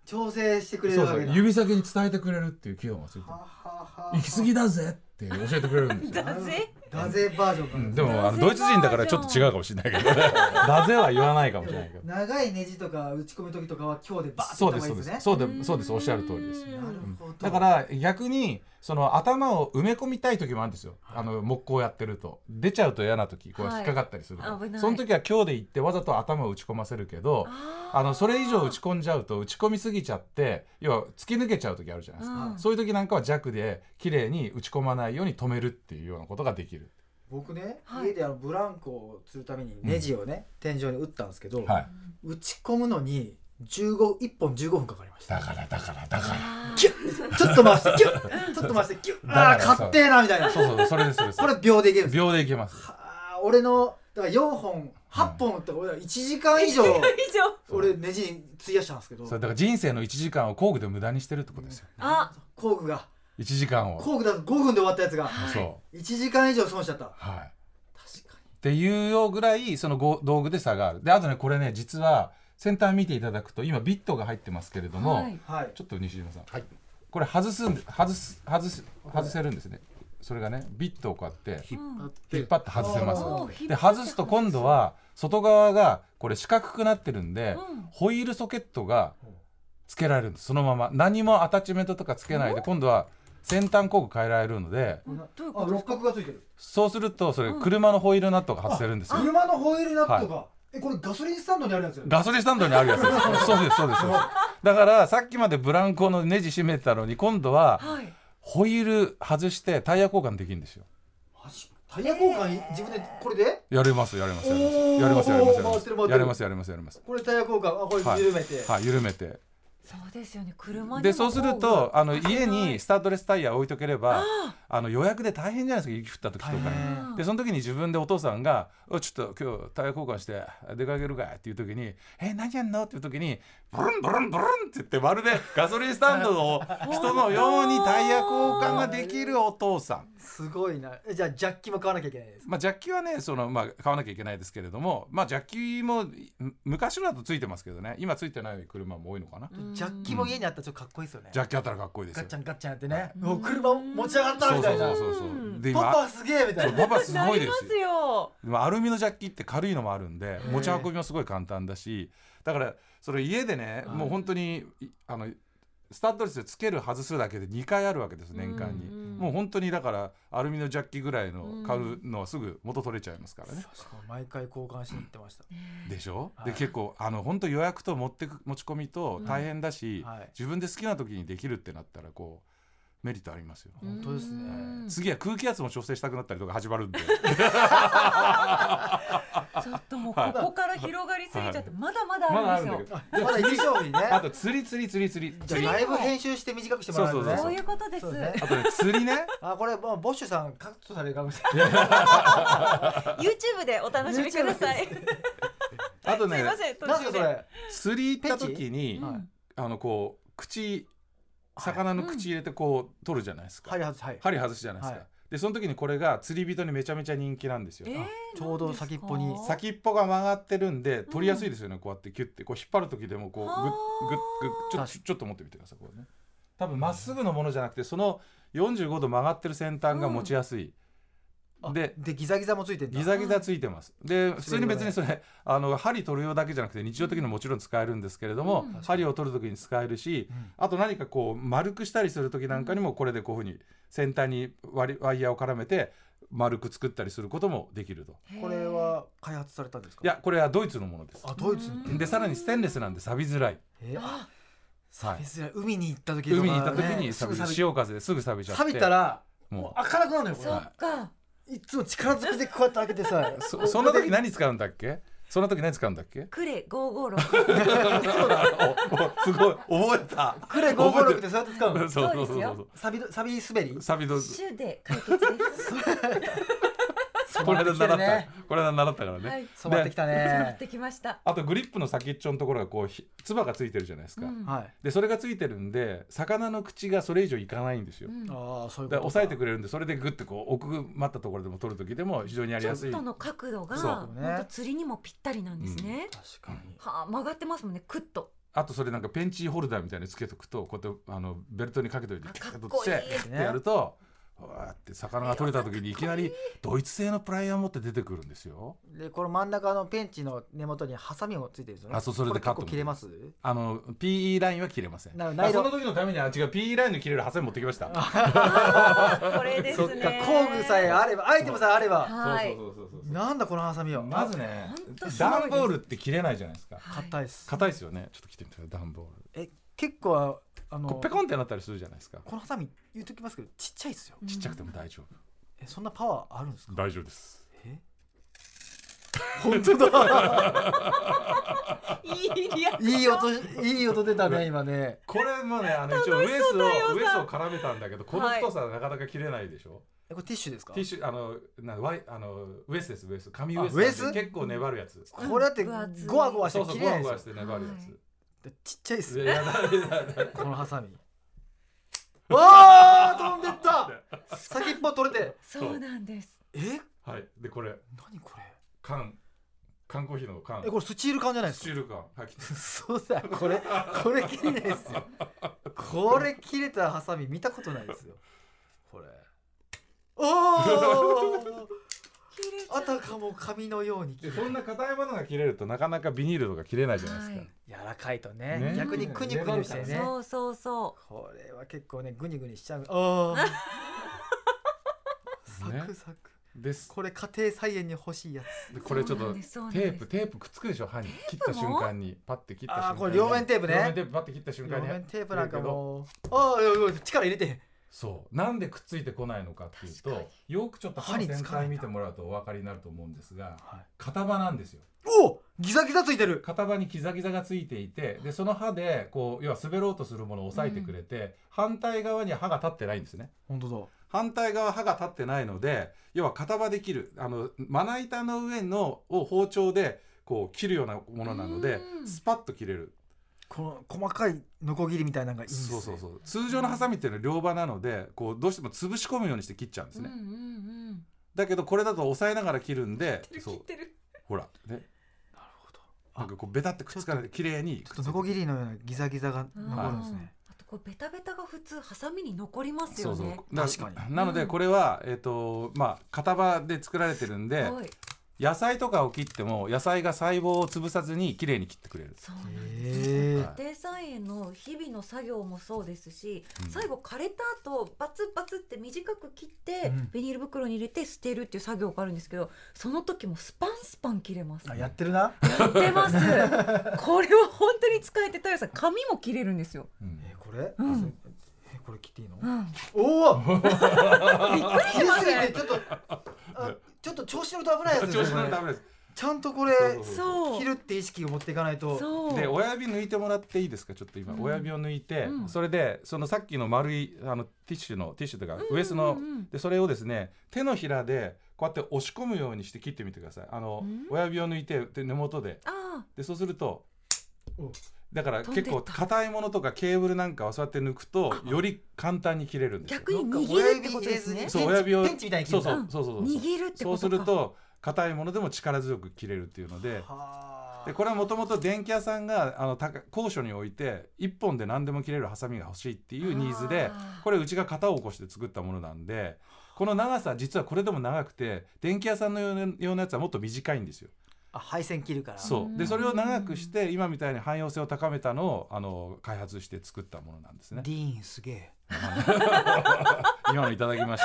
Speaker 3: 調整してくれる
Speaker 2: そう
Speaker 3: わ
Speaker 2: そ
Speaker 3: け
Speaker 2: う
Speaker 3: だ
Speaker 2: 指先に伝えてくれるっていう機能がついてる
Speaker 3: ははは
Speaker 2: 行き過ぎだぜって教えてくれるんですよ、
Speaker 1: だぜ
Speaker 3: だぜバージョンか、
Speaker 2: うん、で
Speaker 5: で
Speaker 2: も
Speaker 5: もあのドイツ人だからちょっと違うかもしれないけど
Speaker 2: なぜは言わないかもしれないけど
Speaker 3: 長いネジとか打ち込む時とかは今日でバーッ
Speaker 2: そ
Speaker 3: と
Speaker 2: うで
Speaker 3: や
Speaker 2: す
Speaker 3: った
Speaker 2: そ
Speaker 3: 方
Speaker 2: う
Speaker 3: がいい
Speaker 2: で
Speaker 3: です
Speaker 2: そうでそ
Speaker 3: すね
Speaker 2: うですおっしゃる通りです
Speaker 3: なるほど
Speaker 2: だから逆にその頭を埋め込みたい時もあるんですよ、あの木工やってると出ちゃうと嫌な時こう
Speaker 1: はい
Speaker 2: 引っかかったりするから、
Speaker 1: 危ない
Speaker 2: その時は今日で行ってわざと頭を打ち込ませるけど
Speaker 1: あー
Speaker 2: あのそれ以上打ち込んじゃうと打ち込みすぎちゃって要は突き抜けちゃう時あるじゃないですか、
Speaker 1: うん
Speaker 2: そういう時なんかは弱で綺麗に打ち込まないように止めるっていうようなことができる、
Speaker 3: 僕ね、
Speaker 1: はい
Speaker 3: 家であのブランコを釣るためにネジをね、天井に打ったんですけど、
Speaker 2: はい、
Speaker 3: 打ち込むのに15 1本15分かかりました
Speaker 2: だからだからだから
Speaker 1: あー
Speaker 3: キュッちょっと回してキュッちょっと回してキュッ
Speaker 2: だから
Speaker 3: ああー勝手なみたいな
Speaker 2: そうそうそれですそれです
Speaker 3: これ秒でいけるんです
Speaker 2: 秒でいけます
Speaker 3: はあ俺のだから4本8本打ったら俺は1時間以上
Speaker 1: 以上
Speaker 3: 俺ネジに費やしたんですけど
Speaker 2: それだから人生の1時間を工具で無駄にしてるってことですよ
Speaker 1: あ
Speaker 3: 工具が
Speaker 2: 1時間を
Speaker 3: 工具だと5分で終わったやつが
Speaker 2: そう
Speaker 3: 1時間以上損しちゃった
Speaker 2: はい
Speaker 3: 確かに
Speaker 2: っていうようぐらいそのご道具で差があるであとねこれね実は先端見ていただくと今ビットが入ってますけれども、
Speaker 1: はい
Speaker 3: はい
Speaker 2: ちょっと西島さん
Speaker 4: はい
Speaker 2: これ外すんで外す外す外せるんですねそれがねビットをこうやって
Speaker 4: 引っ張って
Speaker 2: 引っ張って外せま
Speaker 1: おー
Speaker 2: す
Speaker 1: 引っ
Speaker 2: で
Speaker 1: 張って
Speaker 2: 外すと今度は外側がこれ四角くなってるんで、
Speaker 1: うん
Speaker 2: ホイールソケットが付けられるんですそのまま何もアタッチメントとかつけないで今度は先端工具変えられるので
Speaker 1: どういう
Speaker 3: あ
Speaker 1: ことで
Speaker 3: 六
Speaker 1: すか
Speaker 3: 角がついてる
Speaker 2: そうするとそれ車のホイールナットが外せるんですよ
Speaker 3: 車のホイールナットがえこれガソリンスタンドにあるやつよね
Speaker 2: ガソリンスタンドにあるやつですそうですそうですそうですだからさっきまでブランコのネジ締めてたのに今度は
Speaker 1: はい
Speaker 2: ホイール外してタイヤ交換できるんですよ
Speaker 3: マジタイヤ交換自分でこれで
Speaker 2: やれますやれます
Speaker 3: おー
Speaker 2: やれますやれます
Speaker 3: 回ってる回ってる
Speaker 2: やれますやれますやれますやれます
Speaker 3: これタイヤ交換あこれ
Speaker 2: はい
Speaker 3: 緩めて
Speaker 2: はい緩めて
Speaker 1: そうですよね車にも
Speaker 2: でそうするとあの家に
Speaker 1: そ
Speaker 2: スタッドレスタイヤ置いとければあの予約で大変じゃないですか雪降った時とか
Speaker 3: 大
Speaker 2: に
Speaker 3: 変
Speaker 1: うん
Speaker 2: でその時に自分でお父さんが「おちょっと今日タイヤ交換して出かけるかい?」っていう時に「え何やんの?」っていう時にブルンブルンブルンって言ってまるでガソリンスタンドの人のようにタイヤ交換ができるお父さん。
Speaker 3: すごいなえじゃあジャッキも買わなきゃいけないです
Speaker 2: まあ、ジャッキはねその、まあ、買わなきゃいけないですけれども、まあ、ジャッキもむ昔のだとついてますけどね今ついてない車も多いのかな、
Speaker 1: うん
Speaker 3: ジャッキも家にあったらちょっとかっこいいですよね
Speaker 2: ジャッキあったらかっこいいです
Speaker 3: ガッ
Speaker 2: よ
Speaker 3: チャンガッチャンやってね
Speaker 1: ん
Speaker 3: もう車持ち上がった
Speaker 2: そ
Speaker 3: み
Speaker 2: う
Speaker 3: た
Speaker 2: そう
Speaker 3: いな
Speaker 2: そうそうそうで
Speaker 3: パ
Speaker 2: 今
Speaker 3: パすげえみたいな
Speaker 2: パパすごいで すよ
Speaker 1: なりますよ
Speaker 2: まあアルミのジャッキって軽いのもあるんで
Speaker 3: え
Speaker 2: 持ち運びもすごい簡単だしだからそれ家でね
Speaker 3: はい
Speaker 2: もう本当にいあのスタッドレスでつける外すだけで2回あるわけです年間に
Speaker 1: うんうん
Speaker 2: もう本当にだからアルミのジャッキぐらい
Speaker 1: うん
Speaker 2: の買うのはすぐ元取れちゃいますからね
Speaker 3: 確かに毎回交換しに行ってました
Speaker 2: でしょ
Speaker 3: はい
Speaker 2: で結構あの本当予約と持ってく持ち込みと大変だし
Speaker 3: はい
Speaker 2: 自分で好きな時にできるってなったらこうメリットありますよ
Speaker 3: 本当ですね
Speaker 1: うん
Speaker 2: 次は空気圧も調整したくなったりとか始まる んで
Speaker 1: ちょっともうここから広がりすぎちゃってまだまだ
Speaker 2: まだ
Speaker 1: あ
Speaker 2: あ
Speaker 1: る
Speaker 2: るん
Speaker 1: ん
Speaker 2: だ
Speaker 1: で
Speaker 2: け
Speaker 1: す
Speaker 2: ど
Speaker 3: まだ一勝負にね
Speaker 2: あと釣り釣り釣り釣り
Speaker 3: じゃあだいぶ編集して短くしてもらう
Speaker 2: そう
Speaker 1: よ
Speaker 2: そ
Speaker 1: そう
Speaker 2: う
Speaker 1: いうことです
Speaker 3: そうですね
Speaker 2: あとね釣 りね
Speaker 3: あこれもうボッシュさんカットされるかもしれない
Speaker 1: YouTube でお楽しみください
Speaker 2: あと
Speaker 1: すい
Speaker 2: ね
Speaker 1: ません途
Speaker 3: なん
Speaker 1: 中
Speaker 3: す
Speaker 1: で
Speaker 3: かそれ
Speaker 2: 釣り行った時に
Speaker 1: うん
Speaker 2: あのこう口魚の口入れてこう取るじゃないですか、
Speaker 3: はいはいはい
Speaker 2: 針外すじゃないですか、
Speaker 3: はい
Speaker 2: でその時にこれが釣り人にめちゃめちゃ人気なんですよ、
Speaker 1: えー
Speaker 3: ちょうど先っぽに
Speaker 1: なんですか
Speaker 2: 先っぽが曲がってるんで取りやすいですよね、こうやってキュッてこう引っ張る時でもこうグッ
Speaker 1: はー
Speaker 2: グッグッちょっとちょちょっと持ってみてくださいこうね多分まっすぐのものじゃなくてその45度曲がってる先端が持ちやすい、
Speaker 3: あ
Speaker 2: で
Speaker 3: でギザギザもついてんだ
Speaker 2: ギザギザついてます。で普通に別にそれあの針取る用だけじゃなくて日常的にももちろん使えるんですけれども、
Speaker 1: うん
Speaker 2: 針を取る時に使えるし、
Speaker 3: うん
Speaker 2: あと何かこう丸くしたりする時なんかにもこれでこういうふうに先端に割りワイヤーを絡めて丸く作ったりすることもできると。
Speaker 3: これは開発されたんですか
Speaker 2: いやこれはドイツのものです。
Speaker 3: あドイツに
Speaker 1: うん
Speaker 2: でさらにステンレスなんで錆びづらい。
Speaker 3: えーあ
Speaker 2: は
Speaker 3: フェ
Speaker 2: い、
Speaker 3: スラ海に行った時とか
Speaker 2: 海に行った時
Speaker 3: ね
Speaker 2: に
Speaker 3: す
Speaker 2: 錆
Speaker 3: ぐ
Speaker 2: びる
Speaker 3: 錆び
Speaker 2: 潮風ですぐ錆びちゃって。
Speaker 3: 錆びたらも
Speaker 2: も
Speaker 3: う開かなくなるのよこ
Speaker 1: そっか
Speaker 3: れいつも力ずくでこうやって開けてさ
Speaker 2: うそその時何使うんだっけ？その時何使うんだっけ？
Speaker 1: クレ556
Speaker 2: おおすごい覚えた。
Speaker 3: クレ556でそうやって使うの
Speaker 2: そうそ
Speaker 1: そ
Speaker 2: う
Speaker 1: で
Speaker 2: そううそ
Speaker 1: すよ
Speaker 2: う。
Speaker 3: サビどサビ滑り
Speaker 2: サビの
Speaker 1: 種で解決です
Speaker 3: そ
Speaker 5: この間習った、
Speaker 3: 染まってきて
Speaker 5: この間習ったからね、
Speaker 1: はい
Speaker 3: 染まってきた
Speaker 1: 染まっ
Speaker 3: ね
Speaker 1: てきました
Speaker 2: あとグリップの先っちょのところがこうひつばがついてるじゃないですか、
Speaker 1: うん
Speaker 3: はい
Speaker 2: でそれがついてるんで魚の口がそれ以上いかないんですよ、
Speaker 1: うん
Speaker 3: ああそういう
Speaker 2: だから
Speaker 3: こと
Speaker 2: 押さえて
Speaker 3: く
Speaker 2: くれるんでそれでグッてこう奥まったところでも取る時でも非常にやり
Speaker 1: ちょ
Speaker 2: や
Speaker 1: っ
Speaker 2: すい
Speaker 1: との角度が
Speaker 2: そう
Speaker 1: 本当釣りにもぴったりなんですね、
Speaker 3: 確かに
Speaker 1: はあ曲がってますもんねクッ と
Speaker 2: あとそれなんかペンチホルダーみたいにつけとくとこうやってあのベルトにかけといて
Speaker 1: あ
Speaker 2: キャ
Speaker 1: か
Speaker 2: ッ
Speaker 1: っ
Speaker 2: と
Speaker 1: こいい
Speaker 2: してってやるとわーって魚が取れた時にいきなりドイツ製のプライヤー持って出てくるんですよ
Speaker 3: でこの真ん中のペンチの根元にハサミもついてるんですよね
Speaker 2: あそうそれでカット
Speaker 3: こ結構切れます
Speaker 2: あの PE ラインは切れません
Speaker 3: な
Speaker 2: あ
Speaker 3: ない
Speaker 2: そ
Speaker 3: ろ
Speaker 2: の時のためにあ違う PE ラインの切れるハサミ持ってきました
Speaker 1: あーこれです
Speaker 3: そっ
Speaker 1: ね
Speaker 3: か工具さえあればアイテムさえあれば
Speaker 1: はい
Speaker 2: そうそうそうそう
Speaker 3: なんだこのハサミは
Speaker 2: まずね
Speaker 1: ほんとすごいです
Speaker 2: 段ボールって切れないじゃないですか
Speaker 3: 硬いです
Speaker 2: 硬いですよねちょっと切ってみてください段ボール
Speaker 3: え結構あの
Speaker 2: こうペコンってなったりするじゃないですか
Speaker 3: このハサミ言っときますけどちっちゃいですよ
Speaker 2: ちっちゃくても大丈
Speaker 3: えそんなパワーあるんです
Speaker 5: 大
Speaker 3: か
Speaker 5: 丈夫です
Speaker 3: え
Speaker 2: 夫本当だ
Speaker 1: いいリアクション
Speaker 3: いい音いい音出たね今ね
Speaker 2: これもねあの一応ウエスをウエスを絡めたんだけどこの
Speaker 1: はい
Speaker 2: 太さはなかなか切れないでしょ
Speaker 3: えこれティッシュですか
Speaker 2: ティッシュあのなワイあのウエスですウエス紙ウエス
Speaker 3: あウエス
Speaker 2: 結構粘るやつ
Speaker 3: これだって
Speaker 1: 分厚い
Speaker 3: ゴワゴワし
Speaker 2: そう
Speaker 3: て
Speaker 2: そう
Speaker 3: 切
Speaker 2: ゴ
Speaker 3: れ
Speaker 2: ワ
Speaker 3: ないで
Speaker 2: ゴ
Speaker 3: す
Speaker 2: ワ
Speaker 3: よ
Speaker 2: して粘るやつ、
Speaker 3: でちっちゃいです
Speaker 2: いや
Speaker 3: よ
Speaker 2: いやだめだめだめ
Speaker 3: このハ サミわあ飛ん でった先っぽ取れて
Speaker 1: そうなんです
Speaker 3: え
Speaker 2: はいでこれ
Speaker 3: 何これ
Speaker 2: 缶缶コーヒーの缶
Speaker 3: えこれスチール缶じゃないで
Speaker 2: ス
Speaker 3: す
Speaker 2: チ
Speaker 3: か
Speaker 2: ール缶はい切って
Speaker 3: そうだこれこれ切れないですよこれ切れたハサミ見たことないですよこれおお
Speaker 1: 切れちゃ
Speaker 3: あ
Speaker 1: う
Speaker 3: たかも紙のように
Speaker 2: でそんな硬いものが切れるとなかなかビニールとか切れないじゃないですか、
Speaker 1: はい
Speaker 3: 柔らかいとね
Speaker 2: ね
Speaker 3: 逆にクニクニしてね
Speaker 1: そうそうそ
Speaker 3: これは結構ねグニグニしちゃうああサクサク
Speaker 2: です
Speaker 3: これ家庭菜園に欲しいやつ
Speaker 2: で
Speaker 1: う
Speaker 2: これちょっと
Speaker 1: そうなんですそうなん
Speaker 2: テ
Speaker 1: です
Speaker 2: ープテープくっつくでしょ歯に切った
Speaker 1: プも
Speaker 2: 瞬間にパッて切った瞬間に
Speaker 3: あーこれ両面テープね
Speaker 2: 両面テープパッて切った瞬
Speaker 3: 両
Speaker 2: 間に
Speaker 3: 面テープなんかもうああいやいや力入れてへん
Speaker 2: そうなんでくっついてこないのかっていう
Speaker 1: 確か
Speaker 2: とよくちょっと歯
Speaker 3: 歯
Speaker 2: の
Speaker 3: に
Speaker 2: 全
Speaker 3: つかない
Speaker 2: 体
Speaker 3: んだ
Speaker 2: 見てもらうとお分かりになると思うんですが
Speaker 3: はい
Speaker 2: 片歯なんですよ
Speaker 3: おおギザギザついてる
Speaker 2: 片歯にギザギザがついていてでその歯でこう要は滑ろうとするものを押さえてくれて、反対側には歯が立ってないんですね
Speaker 3: 本当だ
Speaker 2: 反対側歯が立ってないので要は片場で切るあのまな板の上のを包丁でこう切るようなものなので
Speaker 1: うん
Speaker 2: スパッと切れる
Speaker 3: この細かいノコギリみたいなのがいいんです、ね、
Speaker 2: そうそうそう通常のハサミっていうのは両刃なのでこうどうしても潰し込むようにして切っちゃうんです
Speaker 1: ううんう
Speaker 2: ね、
Speaker 1: んうん
Speaker 2: だけどこれだと押さえながら切るんで
Speaker 1: 切ってる
Speaker 2: そ
Speaker 1: 切
Speaker 2: う
Speaker 1: ってる
Speaker 2: ほらね
Speaker 3: なるほど
Speaker 2: なんかこうベタってくっつかないで綺麗に
Speaker 3: ちょっとノコギリのようなギザギザが残るんです
Speaker 1: うん
Speaker 3: ね
Speaker 1: あとこうベタベタが普通ハサミに残ります
Speaker 2: そ
Speaker 1: よ
Speaker 2: うそう
Speaker 1: ね
Speaker 2: だ
Speaker 3: 確か
Speaker 2: なのでこれは、えっ、とまあ片刃で作られてるんで
Speaker 1: ごい
Speaker 2: 野菜とかを切っても野菜が細胞を潰さずに綺麗に切ってくれる
Speaker 1: そう
Speaker 3: へ
Speaker 1: なんです
Speaker 3: え
Speaker 2: はい
Speaker 1: 家庭菜園の日々の作業もそうですし、
Speaker 2: うん
Speaker 1: 最後枯れた後バツバツって短く切って、
Speaker 3: うん
Speaker 1: ビニール袋に入れて捨てるっていう作業があるんですけどその時もスパンスパン切れます
Speaker 3: あ
Speaker 1: や
Speaker 3: やってるな、
Speaker 1: ってますこれは本当に使えて太陽さん髪も切れるんですよ、
Speaker 2: うん
Speaker 3: えこれ、
Speaker 1: うん
Speaker 3: えこれ切っていいの、
Speaker 1: うん、
Speaker 3: おお
Speaker 1: びっくり
Speaker 3: 切
Speaker 1: し
Speaker 3: れ
Speaker 1: ます
Speaker 3: ぎ
Speaker 1: す
Speaker 3: てちょっとあちょっと調子乗ると危ないやつです
Speaker 2: 調
Speaker 3: よ
Speaker 2: 子乗ると
Speaker 3: ね
Speaker 2: ダメです。
Speaker 3: ちゃんとこれ
Speaker 2: そうそう
Speaker 1: そう
Speaker 3: 切るって意識を持っていかないと
Speaker 1: そう
Speaker 2: で親指抜いてもらっていいですかちょっと今、
Speaker 1: うん
Speaker 2: 親指を抜いて、
Speaker 1: うん
Speaker 2: それでそのさっきの丸いあのティッシュのティッシュというか、
Speaker 1: うん
Speaker 2: ウエスの
Speaker 1: うんうん
Speaker 2: でそれをですね手のひらでこうやって押し込むようにして切ってみてくださいあの、
Speaker 1: うん
Speaker 2: 親指を抜いてで根元で
Speaker 1: あ
Speaker 2: でそうすると
Speaker 3: お
Speaker 2: だから
Speaker 1: 飛んでっ
Speaker 2: 結
Speaker 1: た
Speaker 2: 構硬いものとかケーブルなんかはそうやって抜くとより簡単に切れるん
Speaker 1: ー
Speaker 2: ですよ
Speaker 1: 逆に握るってことですね
Speaker 2: そう親
Speaker 3: ペンチ
Speaker 2: 指を
Speaker 3: ペンチみたいに切
Speaker 2: そ
Speaker 3: る
Speaker 2: うそう
Speaker 1: うん
Speaker 2: そうそうそう
Speaker 1: 握るってこ
Speaker 2: そ
Speaker 1: と
Speaker 2: う
Speaker 1: か
Speaker 2: すると硬いものでも力強く切れるっていうので
Speaker 3: はあ
Speaker 2: でこれはもともと電気屋さんがあの高高所に置いて1本で何でも切れるハサミが欲しいっていうニーズで
Speaker 1: あー
Speaker 2: これうちが型を起こして作ったものなんでこの長さ実はこれでも長くて電気屋さんのようなようなやつはもっと短いんですよ。
Speaker 3: あ配線切るから
Speaker 2: そう
Speaker 1: う
Speaker 2: で
Speaker 1: ん
Speaker 2: それを長くして今みたいに汎用性を高めたのをあの開発して作ったものなんですね
Speaker 3: デ。ィーンすげえ
Speaker 2: 今のいただきま し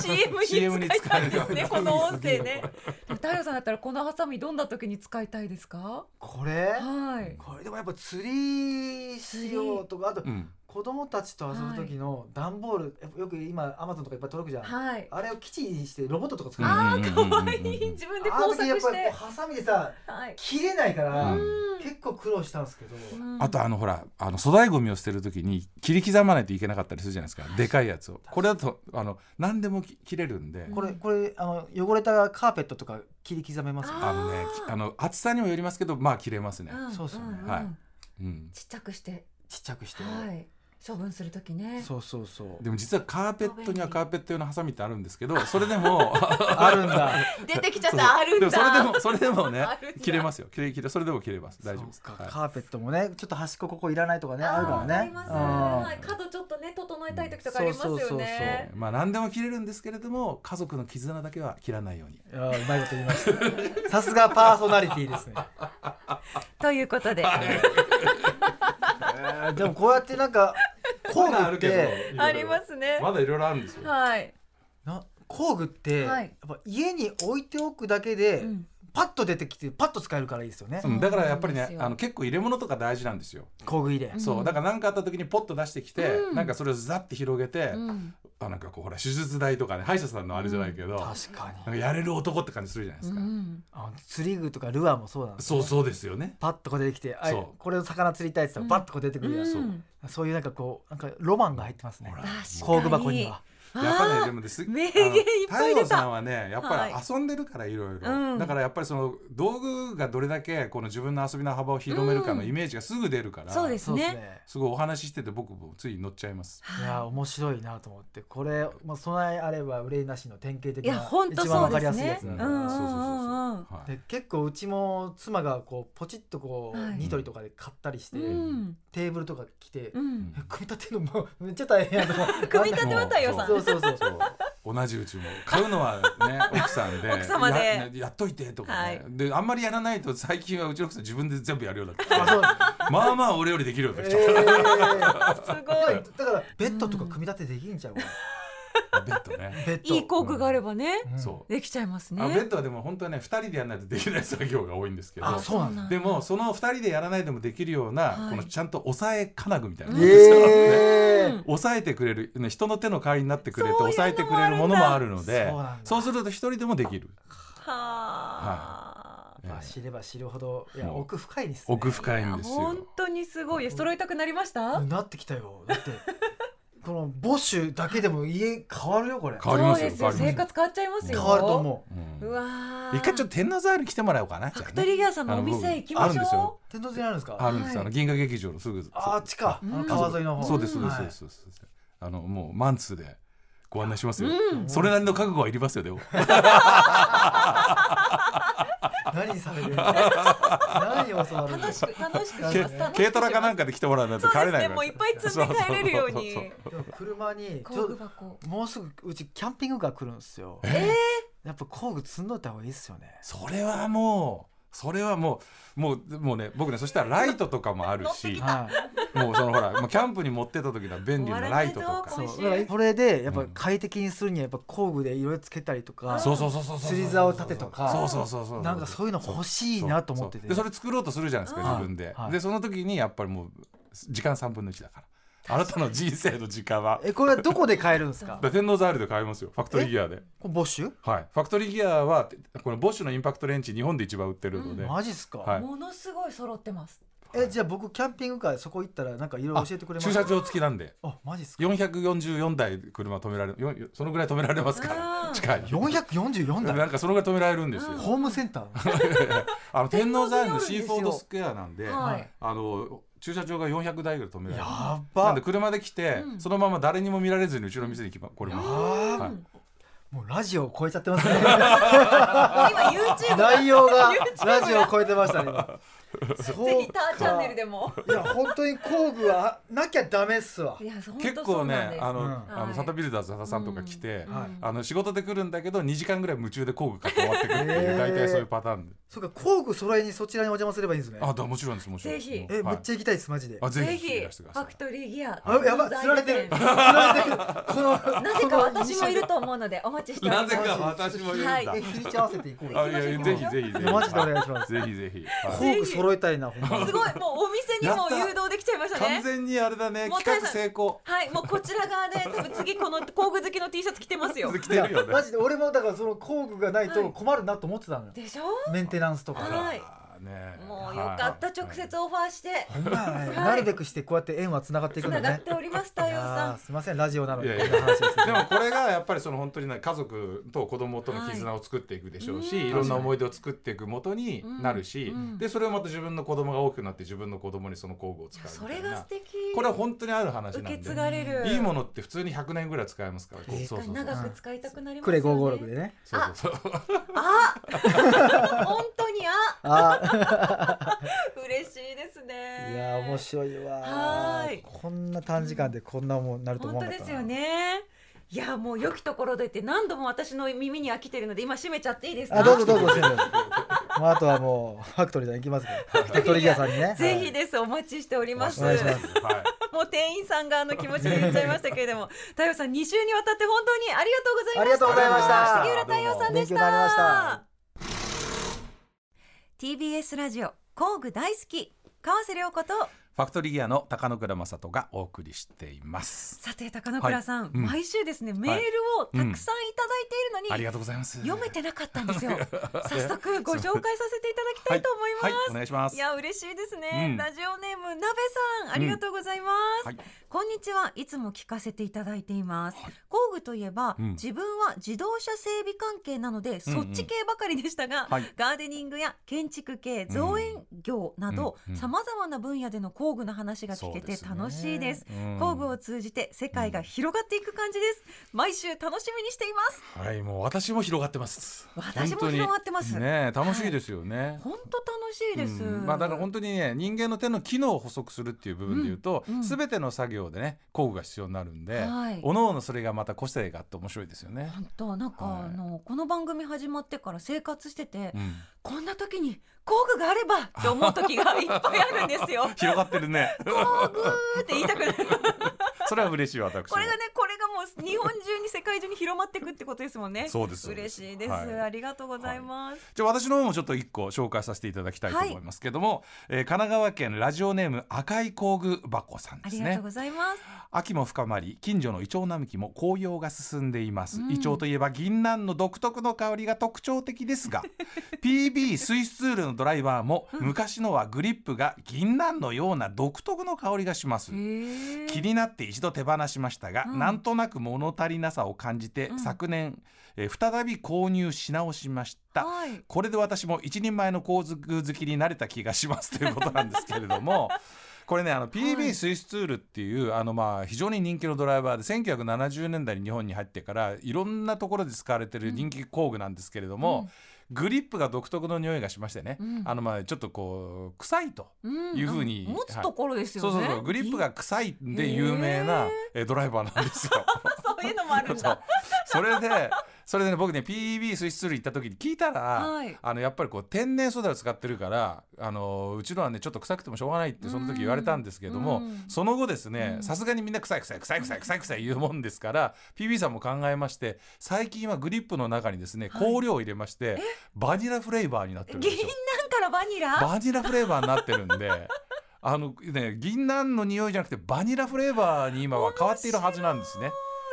Speaker 1: CM に使いたいです
Speaker 2: CM に使え
Speaker 1: ね
Speaker 2: る
Speaker 1: この音声ねでも太陽さんだったらこのハサミどんな時に使いたいですか
Speaker 3: これ
Speaker 1: はい
Speaker 3: これでもやっぱ釣りしようとかあと
Speaker 2: うん、
Speaker 3: 子供たちと遊ぶ時の段ボール、よく今アマゾンとかいっぱい届くじゃん、
Speaker 1: はい。
Speaker 3: あれを基地にしてロボットとか作る、あ
Speaker 1: あ
Speaker 5: うん
Speaker 1: ー
Speaker 5: うんうんうん
Speaker 1: 可愛い自分で工
Speaker 3: の時や
Speaker 1: 作
Speaker 3: っ
Speaker 1: し
Speaker 3: ぱりこ
Speaker 1: て
Speaker 3: う。ハサミでさ
Speaker 1: はい。
Speaker 3: 切れないから、
Speaker 5: うん
Speaker 3: 結構苦労したんですけど、
Speaker 2: あとあのほらあの粗大ごみを捨てる時に切り刻まないといけなかったりするじゃないですかでかいやつをこれだとあの何でもき切れるんで
Speaker 3: これこれあの汚れたカーペットとか切り刻めますよ
Speaker 1: あ
Speaker 2: あのねきあの厚さにもよりますけどまあ切れますね、
Speaker 1: ん
Speaker 3: そうっすよね
Speaker 1: んん
Speaker 2: はいうん、
Speaker 1: ちっちゃくして、
Speaker 3: ちっちゃくして、
Speaker 1: はい。処分するときね。
Speaker 3: そうそうそう
Speaker 2: でも実はカーペットにはカーペット用のハサミってあるんですけどそれでも
Speaker 3: あるんだ
Speaker 1: 出てきちゃったあるん
Speaker 2: で
Speaker 1: だ。
Speaker 2: もそれでもそれでもね
Speaker 1: あるんだ
Speaker 2: 切れますよ切れ切れそれでも切れます 大丈夫です
Speaker 3: そうか
Speaker 2: はい
Speaker 3: カーペットもねちょっと端っこここいらないとかねあるからね
Speaker 1: わかります。
Speaker 3: うん
Speaker 1: はい。角ちょっとね整えたい時とかありますよ
Speaker 3: そうそうそう
Speaker 1: ね。
Speaker 2: まあ何でも切れるんですけれども家族の絆だけは切らないように
Speaker 3: いやーうまいこと言いました。さすがパーソナリティですね。
Speaker 1: ということで、
Speaker 3: えーでもこうやってな んか工具って
Speaker 1: ありますね。
Speaker 2: まだいろいろあるんですよ
Speaker 1: はい。
Speaker 3: な工具って、
Speaker 1: はい
Speaker 3: やっぱ家に置いておくだけで、
Speaker 1: うん
Speaker 3: パッと出てきてパッと使えるからいいですよね。
Speaker 2: うんだからやっぱり
Speaker 1: そうなんで
Speaker 2: ね
Speaker 1: すよ
Speaker 2: あの結構入れ物とか大事なんですよ
Speaker 3: 工具入れ。
Speaker 2: そうだから何かあった時にポッと出してきて、
Speaker 1: うん
Speaker 2: なんかそれをザッて広げて、
Speaker 1: うん
Speaker 2: あなんかこうほら手術台とかね歯医者さんのあれじゃないけど、なん
Speaker 3: 確かに。
Speaker 2: かやれる男って感じするじゃないですか、
Speaker 1: うん
Speaker 3: あの釣り具とかルアーもそうなんです。
Speaker 2: そうそうですよね
Speaker 3: パッとこう出てきて、あ
Speaker 2: そう
Speaker 3: これの魚釣りたいって言ったらパッとこう出てくるやつ、
Speaker 1: うん
Speaker 3: そういうなんかこうなんかロマンが入ってますね
Speaker 2: ほ。ら
Speaker 1: 確かに
Speaker 3: 工具箱には。
Speaker 2: やっぱね
Speaker 1: あ
Speaker 2: でもです
Speaker 1: 名言いっぱい出た
Speaker 2: あの太陽さんはねやっぱ
Speaker 1: はい
Speaker 2: り遊んでるからいろいろ、
Speaker 1: うん
Speaker 2: だからやっぱりその道具がどれだけこの自分の遊びの幅を広めるかの
Speaker 1: うん
Speaker 2: イメージがすぐ出るから、
Speaker 1: ーそうですす
Speaker 3: そうです
Speaker 1: ね。
Speaker 3: ね。
Speaker 2: ごいお話ししてて僕もつい乗っちゃいます
Speaker 3: いやー面白いなと思ってこれ、まあ、備えあれば憂いなしの典型的
Speaker 1: いや
Speaker 3: な
Speaker 1: 本当
Speaker 3: 一番
Speaker 1: そ
Speaker 3: わ
Speaker 1: う
Speaker 3: か
Speaker 1: で
Speaker 3: りや
Speaker 1: す
Speaker 3: すいや
Speaker 1: ね。
Speaker 3: つ
Speaker 1: う
Speaker 3: なん
Speaker 1: う
Speaker 3: んで,、
Speaker 1: ん
Speaker 2: そうそうそうそう
Speaker 1: うんうん。
Speaker 2: はい
Speaker 3: で結構うちも妻がこうポチッとこう、
Speaker 1: はい
Speaker 3: ニトリとかで買ったりして、
Speaker 1: うん
Speaker 3: テーブルとか来て、
Speaker 1: うん。
Speaker 3: え組み立てるのもうめっちゃ大変やと思う
Speaker 1: 組み立ては太陽さん
Speaker 3: そ。うそうそ う
Speaker 2: そう同じうちも買うのは ね奥さんで
Speaker 1: 奥様で
Speaker 2: ややっといてとか、ね
Speaker 1: はい
Speaker 2: であんまりやらないと最近はうちの奥さん自分で全部やるようになってき
Speaker 3: あそう
Speaker 2: てまあまあ俺よりできるようにな
Speaker 3: え
Speaker 2: っ
Speaker 3: ー
Speaker 2: てきちゃった、
Speaker 1: すご
Speaker 3: だか
Speaker 1: い
Speaker 3: ら。だからベッドとか組み立てできんちゃうか
Speaker 2: ベッドね、
Speaker 3: ベッド
Speaker 1: いい工具があればね、
Speaker 3: うん
Speaker 2: そ
Speaker 1: できちゃいます
Speaker 2: う、
Speaker 1: ね。
Speaker 2: あベッドはでも本当はね2人でやらないとできない作業が多いんですけど
Speaker 3: あそうなんだ
Speaker 2: でもその2人でやらないでもできるような、
Speaker 1: はい
Speaker 2: このちゃんと抑え金具みたいな、
Speaker 1: うん
Speaker 3: ええー
Speaker 2: 抑えてくれる、ね、人の手の代わりになってくれて
Speaker 1: そういうのも
Speaker 2: 抑えてくれるものもあるので
Speaker 3: そうなんだ
Speaker 2: そうすると1人でもできる
Speaker 1: はあ。
Speaker 3: まあ知れば知るほどいや
Speaker 2: もう
Speaker 3: 奥深いですね
Speaker 2: 奥深
Speaker 1: い
Speaker 2: い
Speaker 1: や
Speaker 2: んですよ
Speaker 1: 本当にすごい揃いたくなりました。
Speaker 3: なってきたよだってこのボッシュだけでも家変わるよこれ
Speaker 2: 変わりますよ
Speaker 1: そうですよ。
Speaker 2: 変わ
Speaker 1: 生
Speaker 2: ります
Speaker 1: 活
Speaker 2: よ
Speaker 1: 変わっちゃいますよ。
Speaker 3: 変わると思う
Speaker 2: うん
Speaker 1: うわあ。
Speaker 2: 一回ちょっと天王ザイル来てもらおうかな
Speaker 1: フ
Speaker 2: じゃ
Speaker 1: ァ
Speaker 2: あ
Speaker 1: ク
Speaker 2: ね
Speaker 1: トリーギャーさんのお店行き
Speaker 2: あ
Speaker 1: ま
Speaker 2: るん
Speaker 1: し
Speaker 2: ですよ
Speaker 1: ょ
Speaker 3: 天童寺にあるんですか
Speaker 2: あるんです、
Speaker 1: はい
Speaker 2: あの銀河劇場のすぐ
Speaker 3: あーあっちかあ
Speaker 1: う
Speaker 3: の
Speaker 1: ん
Speaker 3: 川沿いの方
Speaker 2: そうですそうですそう
Speaker 3: は
Speaker 2: で
Speaker 3: い
Speaker 2: すそうです、あのもうマンツーでご案内しますよ、
Speaker 1: うん
Speaker 2: それなりの覚悟はいりますよでも
Speaker 3: 何されてるの何を教わ
Speaker 1: う。
Speaker 3: るの
Speaker 1: 楽しく楽しくします。
Speaker 2: け
Speaker 1: 楽しくします
Speaker 2: 軽トラかなんかで来てもらわないと
Speaker 1: そう
Speaker 2: 帰れ
Speaker 1: です
Speaker 2: な
Speaker 1: ね。
Speaker 2: い
Speaker 1: も
Speaker 2: から
Speaker 1: ういっぱい積んで帰れるように
Speaker 2: そうそう。
Speaker 3: でも車にち
Speaker 1: 工具
Speaker 3: ょ
Speaker 1: 箱。
Speaker 3: もうすぐうちキャンピングカー来るんですよ
Speaker 1: え
Speaker 3: やっぱ工具積んどいた方がいいですよね
Speaker 2: それはもうそれはもうもうもうね僕ねそしたらライトとかもあるし
Speaker 3: はい
Speaker 2: もうそのほらもうキャンプに持ってった時の便利なライトと
Speaker 1: 終わらない
Speaker 2: か
Speaker 1: ぞ
Speaker 3: そう
Speaker 1: 今
Speaker 3: だからこれでやっぱ快適にするにはやっぱ工具で色つけたりとか
Speaker 2: そうそうそうそうそう
Speaker 3: 釣り竿立てとか
Speaker 2: そうそうそうそう
Speaker 3: なんかそういうの欲しいなと思っ
Speaker 2: そ
Speaker 3: て
Speaker 2: う
Speaker 3: て
Speaker 2: でそれ作ろうとするじゃないですか
Speaker 3: はい
Speaker 2: 自分で、
Speaker 3: はい
Speaker 2: でその時にやっぱりもう時間3分の1だからあなたの人生の時間は
Speaker 3: えこれはどこで買えるんですか
Speaker 2: だから天王ザールで買いますよファクトリーギアで、
Speaker 3: これボッシュ
Speaker 2: はい、ファクトリーギアはこのボッシュのインパクトレンチ日本で一番売ってるので、
Speaker 3: マジっすか、
Speaker 2: はい
Speaker 1: ものすごい揃ってます。
Speaker 3: えじゃあ僕キャンピングカーそこ行ったらなんかいろいろ教えてくれます
Speaker 2: 駐車場付きなんで
Speaker 3: あマジっすか
Speaker 2: 444台車止められよよそのぐらい止められますか
Speaker 1: あー
Speaker 2: ら近い
Speaker 3: 444
Speaker 2: な
Speaker 3: 台
Speaker 2: んかそのぐらい止められるんですよ、
Speaker 1: うん
Speaker 3: ホームセンター
Speaker 2: あの天王山のシ
Speaker 1: 天
Speaker 2: ー
Speaker 1: 王山にあるんですよ
Speaker 2: フォードスクエアなんで、
Speaker 1: はい
Speaker 2: あの駐車場が400台ぐらい止められる
Speaker 3: や
Speaker 2: なん
Speaker 3: ば
Speaker 2: で車で来て、
Speaker 1: うん
Speaker 2: そのまま誰にも見られずにうちの店に来まこれも、
Speaker 3: あ
Speaker 2: はい
Speaker 3: もうラジオを超えちゃってますね
Speaker 1: 今 YouTube
Speaker 3: 内容が
Speaker 1: YouTube
Speaker 3: ラジオを超えてましたね今そう
Speaker 1: ぜひターチャンネルでも。
Speaker 3: いや本当に工具はなきゃダメっすわ
Speaker 1: いや本当
Speaker 2: 結
Speaker 1: そ
Speaker 2: 構
Speaker 1: うなんで
Speaker 2: ね
Speaker 1: す
Speaker 2: あの、
Speaker 3: うん
Speaker 2: あ
Speaker 1: はい
Speaker 2: のサタビルダーズ佐田さんとか来て、
Speaker 3: はい
Speaker 1: うん
Speaker 2: あの仕事で来るんだけど2時間ぐらい夢中で工具買って終わってくるってい
Speaker 3: へー
Speaker 2: う大体そういうパターンで
Speaker 3: そうか工具揃えにそちらにお邪魔すればいいんですね
Speaker 2: あだもちろんですもちろ
Speaker 1: ぜ
Speaker 2: ん
Speaker 1: ひ
Speaker 3: えめ
Speaker 2: はい
Speaker 3: っちゃ行きたいですマジで
Speaker 2: あ
Speaker 1: ぜ
Speaker 2: ぜひ
Speaker 1: ひ
Speaker 2: い
Speaker 1: フ
Speaker 2: らしてくださ
Speaker 1: ァクトリーギア。
Speaker 3: あやば釣られてる釣られてるこ の
Speaker 1: なぜか私もいると思うのでお待ちして
Speaker 2: い
Speaker 1: おり
Speaker 2: な
Speaker 1: ます。
Speaker 2: ぜか私もいるんだ、
Speaker 1: はい
Speaker 3: え日にち合わせていこう
Speaker 2: あ
Speaker 3: よ
Speaker 2: いやいやぜひぜひぜひ
Speaker 3: マジでお願いします
Speaker 2: ぜひぜひ、はい
Speaker 3: 工具揃揃えたいなほんます
Speaker 1: ごいもうお店にも誘導できちゃいましたね
Speaker 6: 完全にあれだね
Speaker 1: もう
Speaker 6: 企画成功
Speaker 1: はいもうこちら側で多分次この工具好きの T シャツ着てますよ
Speaker 6: 来てるよ
Speaker 3: い
Speaker 6: ね
Speaker 3: やマジで俺もだからその工具がないと困るなと思ってたのよ、
Speaker 1: でしょ
Speaker 3: メンテナンスとか、
Speaker 1: はい
Speaker 6: あーね
Speaker 1: もうよかった
Speaker 6: はい
Speaker 1: 直接オファーして
Speaker 3: ほんまやね
Speaker 1: はい
Speaker 3: なるべくしてこうやって縁はつながっていく
Speaker 1: つ
Speaker 3: んだ
Speaker 1: なが
Speaker 3: ね
Speaker 1: っております太陽
Speaker 3: あ
Speaker 1: さ
Speaker 3: ーすいませんラジオなのに
Speaker 6: いやい
Speaker 3: こ
Speaker 6: や
Speaker 3: んな話をして
Speaker 6: でもこれがやっぱりその本当にね家族と子供との絆を作っていくでしょうし、
Speaker 1: はい
Speaker 6: い、ろんな思い出を作っていくもとになるし、
Speaker 1: うんうん
Speaker 6: でそれをまた自分の子供が大きくなって自分の子供にその工具を
Speaker 1: んい
Speaker 6: 使
Speaker 1: や
Speaker 6: う
Speaker 1: そ
Speaker 6: みた
Speaker 1: れ
Speaker 6: いな
Speaker 1: が素敵
Speaker 6: これは本当にある話なん
Speaker 1: 受
Speaker 6: で
Speaker 1: け継がれる
Speaker 6: いいものって普通に100年ぐらい使えますから、こう
Speaker 3: えー
Speaker 6: そうそうそう
Speaker 1: 長く使いたくなります
Speaker 3: ク
Speaker 1: よ
Speaker 3: レ
Speaker 1: ね
Speaker 3: 556でね
Speaker 6: そうそうそう
Speaker 1: あ本当にあ
Speaker 3: あー
Speaker 1: 嬉しいですね
Speaker 3: いやー面白いわ
Speaker 1: はーい
Speaker 3: こんな短時間でこんなもんなると思
Speaker 1: 本
Speaker 3: わ
Speaker 1: 当
Speaker 3: なかっ
Speaker 1: で
Speaker 3: た
Speaker 1: す
Speaker 3: な
Speaker 1: よねいやもう良きところでって何度も私の耳に飽きてるので今閉めちゃっていいですか
Speaker 3: あどうぞどうぞ先生まああとはもうファクトリーさん行きますけどファクトリー屋さんにね
Speaker 1: ぜひです、お待ちしております
Speaker 3: お願いします
Speaker 6: はい
Speaker 1: もう店員さんがあの気持ちで言っちゃいましたけれども太陽さん2週にわたって本当にありがとうございました
Speaker 3: ありがとうございまし
Speaker 1: 杉浦太陽
Speaker 3: た
Speaker 1: さんでした
Speaker 3: 勉強になりました
Speaker 1: TBS ラジオ工具大好き川瀬良子と
Speaker 2: ファクトリーギアの高野倉正人がお送りしています。
Speaker 1: さて高野倉さん、
Speaker 2: うん
Speaker 1: 毎週ですねメールをたくさんいただいているのに、
Speaker 2: ありがとうございます。
Speaker 1: 読めてなかったんですよ早速ご紹介させていただきたいと思います、
Speaker 2: はい、お願いします。
Speaker 1: いや嬉しいですね、
Speaker 2: うん
Speaker 1: ラジオネームなべさんありがとうございます、
Speaker 2: はい
Speaker 1: こんにちはいつも聞かせていただいています、工具といえば、
Speaker 2: うん
Speaker 1: 自分は自動車整備関係なので、そっち系ばかりでしたが、
Speaker 2: はい
Speaker 1: ガーデニングや建築系造園業など
Speaker 2: うんうん
Speaker 1: さまざまな分野での工具の話が聞けて
Speaker 2: そうですね
Speaker 1: 楽しいです
Speaker 2: うん
Speaker 1: 工具を通じて世界が広がっていく感じです、毎週楽しみにしています
Speaker 2: はい、もう私も広がってます。
Speaker 1: 私も
Speaker 2: 本当に
Speaker 1: 広がってます
Speaker 2: ねえ、楽しいですよね。
Speaker 1: 本当楽しいです、
Speaker 2: うんまあ、だから本当にね人間の手の機能を補足するっていう部分で言うと、
Speaker 1: うんうん
Speaker 2: 全ての作業でね工具が必要になるんで、
Speaker 1: はい
Speaker 2: おのおのそれがまた個性があって面白いですよね。
Speaker 1: 本当なんか、
Speaker 2: はい
Speaker 1: あのこの番組始まってから生活してて、
Speaker 2: うん
Speaker 1: こんな時に工具があればって思う時がいっぱいあるんです よ
Speaker 2: 広がってる ね
Speaker 1: 工具って言いたくな る
Speaker 2: それは嬉しい私
Speaker 1: これがねこれがもう日本中に世界中に広まっていくってことですもんね
Speaker 2: そうです
Speaker 1: 嬉しいです、
Speaker 2: はい
Speaker 1: ありがとうございます、
Speaker 2: じゃあ私の方もちょっと一個紹介させていただきたいと思いますけども、えー神奈川県ラジオネーム赤い工具箱さん
Speaker 1: あ
Speaker 2: です
Speaker 1: りがと
Speaker 2: ね
Speaker 1: うございます、
Speaker 2: 秋も深まり近所のイチョウ並木も紅葉が進んでいます、
Speaker 1: うん
Speaker 2: イチョウといえば銀杏の独特の香りが特徴的ですが PB スイスツールのドライバーも昔のはグリップが銀杏のような独特の香りがします
Speaker 1: へえ
Speaker 2: 気になって一度手放しましたが、
Speaker 1: うん
Speaker 2: なんとなく物足りなさを感じて、
Speaker 1: うん
Speaker 2: 昨年、えー再び購入し直しました、
Speaker 1: はい
Speaker 2: これで私も一人前の構図好きになれた気がしますということなんですけれ ども。これねあの
Speaker 1: は
Speaker 2: PB
Speaker 1: い
Speaker 2: スイスツールっていう、あのまあ非常に人気のドライバーで1970年代に日本に入ってからいろんなところで使われてる人気工具なんですけれども、グリップが独特の匂いがしましてね、
Speaker 1: うん
Speaker 2: あのまあちょっとこう臭いと
Speaker 1: うん
Speaker 2: いうふうに
Speaker 1: あの持つところですよ
Speaker 2: そ
Speaker 1: ね、
Speaker 2: うそうそうグリップが臭いんで有名なえドライバーなんで すよ。
Speaker 1: そういうのもあるん
Speaker 2: そう
Speaker 1: だ
Speaker 2: それでそれでね僕ね PB スイスツール行った時に聞いたら、
Speaker 1: はい
Speaker 2: あのやっぱりこう天然素材を使ってるからあのうちのはねちょっと臭くてもしょうがないってその時言われたんですけども、
Speaker 1: うん
Speaker 2: その後ですね
Speaker 1: うん
Speaker 2: さすがにみんな臭い臭い臭い臭い臭い臭い言うもんですから PB さんも考えまして最近はグリップの中にですね
Speaker 1: はい
Speaker 2: 香料を入れまして、バニラフレーバーになってるんで
Speaker 1: 銀
Speaker 2: すよ
Speaker 1: 杏。からバニラ
Speaker 2: バニラフレーバーになってるんであのね銀杏の匂いじゃなくてバニラフレーバーに今は変わっているはずなんですね。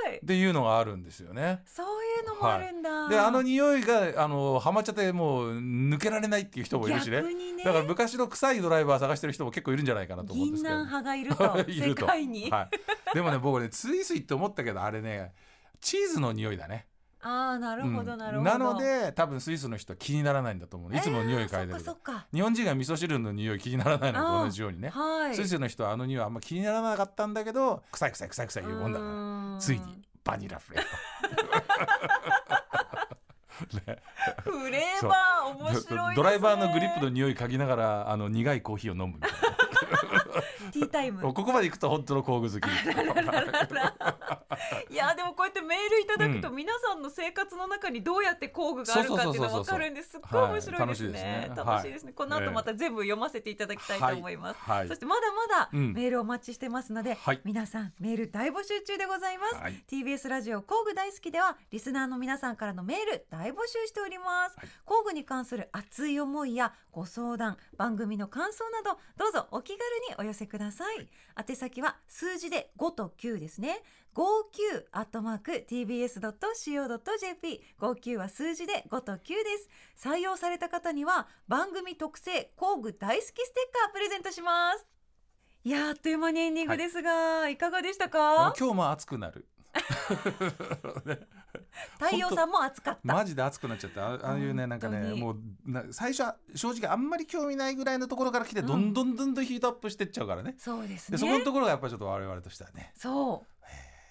Speaker 1: 白い
Speaker 2: っていうのがあるんですよね。
Speaker 1: そういうのもあるんだ、
Speaker 2: であの匂いがあのハマっちゃってもう抜けられないっていう人もいるしね
Speaker 1: 逆にね
Speaker 2: だから昔の臭いドライバー探してる人も結構いるんじゃないかなと思うん
Speaker 1: 銀
Speaker 2: ですけ
Speaker 1: 杏
Speaker 2: ど
Speaker 1: 派がいると
Speaker 2: いる
Speaker 1: 世界に、
Speaker 2: はい、でもね僕ねついついって思ったけどあれねチーズの匂いだね
Speaker 1: ああなるほ
Speaker 2: う
Speaker 1: ど
Speaker 2: ん
Speaker 1: なるほど、
Speaker 2: なので多分スイスの人は気にならないんだと思ういつも匂い嗅いで
Speaker 1: えー
Speaker 2: る
Speaker 1: そっか
Speaker 2: 日本人が味噌汁の匂い気にならないのと同じように
Speaker 1: そっ
Speaker 2: ね
Speaker 1: かはい
Speaker 2: スイスの人はあの匂いあんま気にならなかったんだけど臭い臭い臭い臭い言うもんだから
Speaker 1: うーん
Speaker 2: ついにバニラフレーバ
Speaker 1: フレーバー面白いです、ね
Speaker 2: ー、ドライバーのグリップの匂い嗅ぎながらあの苦いコーヒーを飲むみたいな
Speaker 1: ティータイム
Speaker 2: もうここまで行くと本当の工具好き
Speaker 1: いやでもこうやってメールいただくと皆さんの生活の中にどうやって工具があるかっていうのが分かるんですっごい面白いですね
Speaker 2: はい楽しいですね
Speaker 1: 楽しいですねこの後また全部読ませていただきたいと思いますそしてまだまだ
Speaker 2: うん
Speaker 1: メールお待ちしてますので
Speaker 2: はい
Speaker 1: 皆さんメール大募集中でございます
Speaker 2: はい
Speaker 1: TBS ラジオ工具大好きではリスナーの皆さんからのメール大募集しております、
Speaker 2: はい
Speaker 1: 工具に関する熱い思いやご相談番組の感想などどうぞお気軽にお寄せください、宛先は数字で5と9ですね59アットマーク tbs.co.jp 59は数字で5と9です採用された方には番組特製工具大好きステッカープレゼントしますいやーあっという間にエンディングですが、い、かがでしたか
Speaker 2: 今日も暑くなる
Speaker 1: 太陽さんも暑かった
Speaker 2: マジで熱くなっちゃったあああいうねなんか
Speaker 1: 本当
Speaker 2: ね
Speaker 1: に
Speaker 2: もうな最初は正直あんまり興味ないぐらいのところから来てどんどんどんどんヒートアップしてっちゃうからね
Speaker 1: そうです
Speaker 2: で
Speaker 1: ね。
Speaker 2: そこのところがやっぱりちょっと我々としてはね
Speaker 1: そ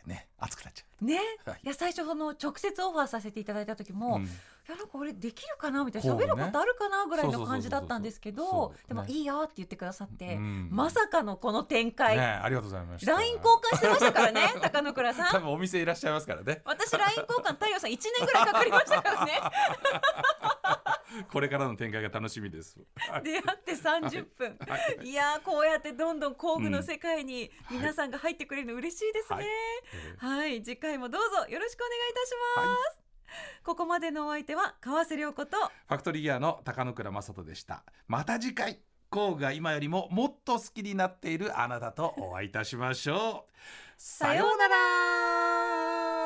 Speaker 2: ね熱くなっちゃ
Speaker 1: うね、
Speaker 2: はい
Speaker 1: いや最初その直接オファーさせていただいた時も、
Speaker 2: う、
Speaker 1: い
Speaker 2: うん
Speaker 1: やなんか俺できるかなみたいな
Speaker 2: こうね
Speaker 1: 喋ることあるかなぐらい
Speaker 2: そうそうそうそ
Speaker 1: の
Speaker 2: う
Speaker 1: 感じだったんですけど
Speaker 2: そう
Speaker 1: でも
Speaker 2: ね
Speaker 1: いいよって言ってくださって、
Speaker 2: うん
Speaker 1: まさかのこの展開、
Speaker 2: ねありがとうございました
Speaker 1: LINE 交換してましたから ね高野倉さ
Speaker 2: 多
Speaker 1: ん
Speaker 2: 分お店いらっしゃいますからね
Speaker 1: 私 LINE 交換太陽さん1年ぐらいかかりましたから ね
Speaker 2: これからの展開が楽しみです、はい
Speaker 1: 出会って30分、い、やーこうやってどんどん工具の世界に皆さんが入ってくれるの嬉しいですね、
Speaker 2: はい
Speaker 1: はい、次回もどうぞよろしくお願いいたします。ここまでのお相手は川瀬良子と
Speaker 2: ファクトリーギアの高野倉正人でしたまた次回工具が今よりももっと好きになっているあなたとお会いいたしましょう
Speaker 1: さようなら。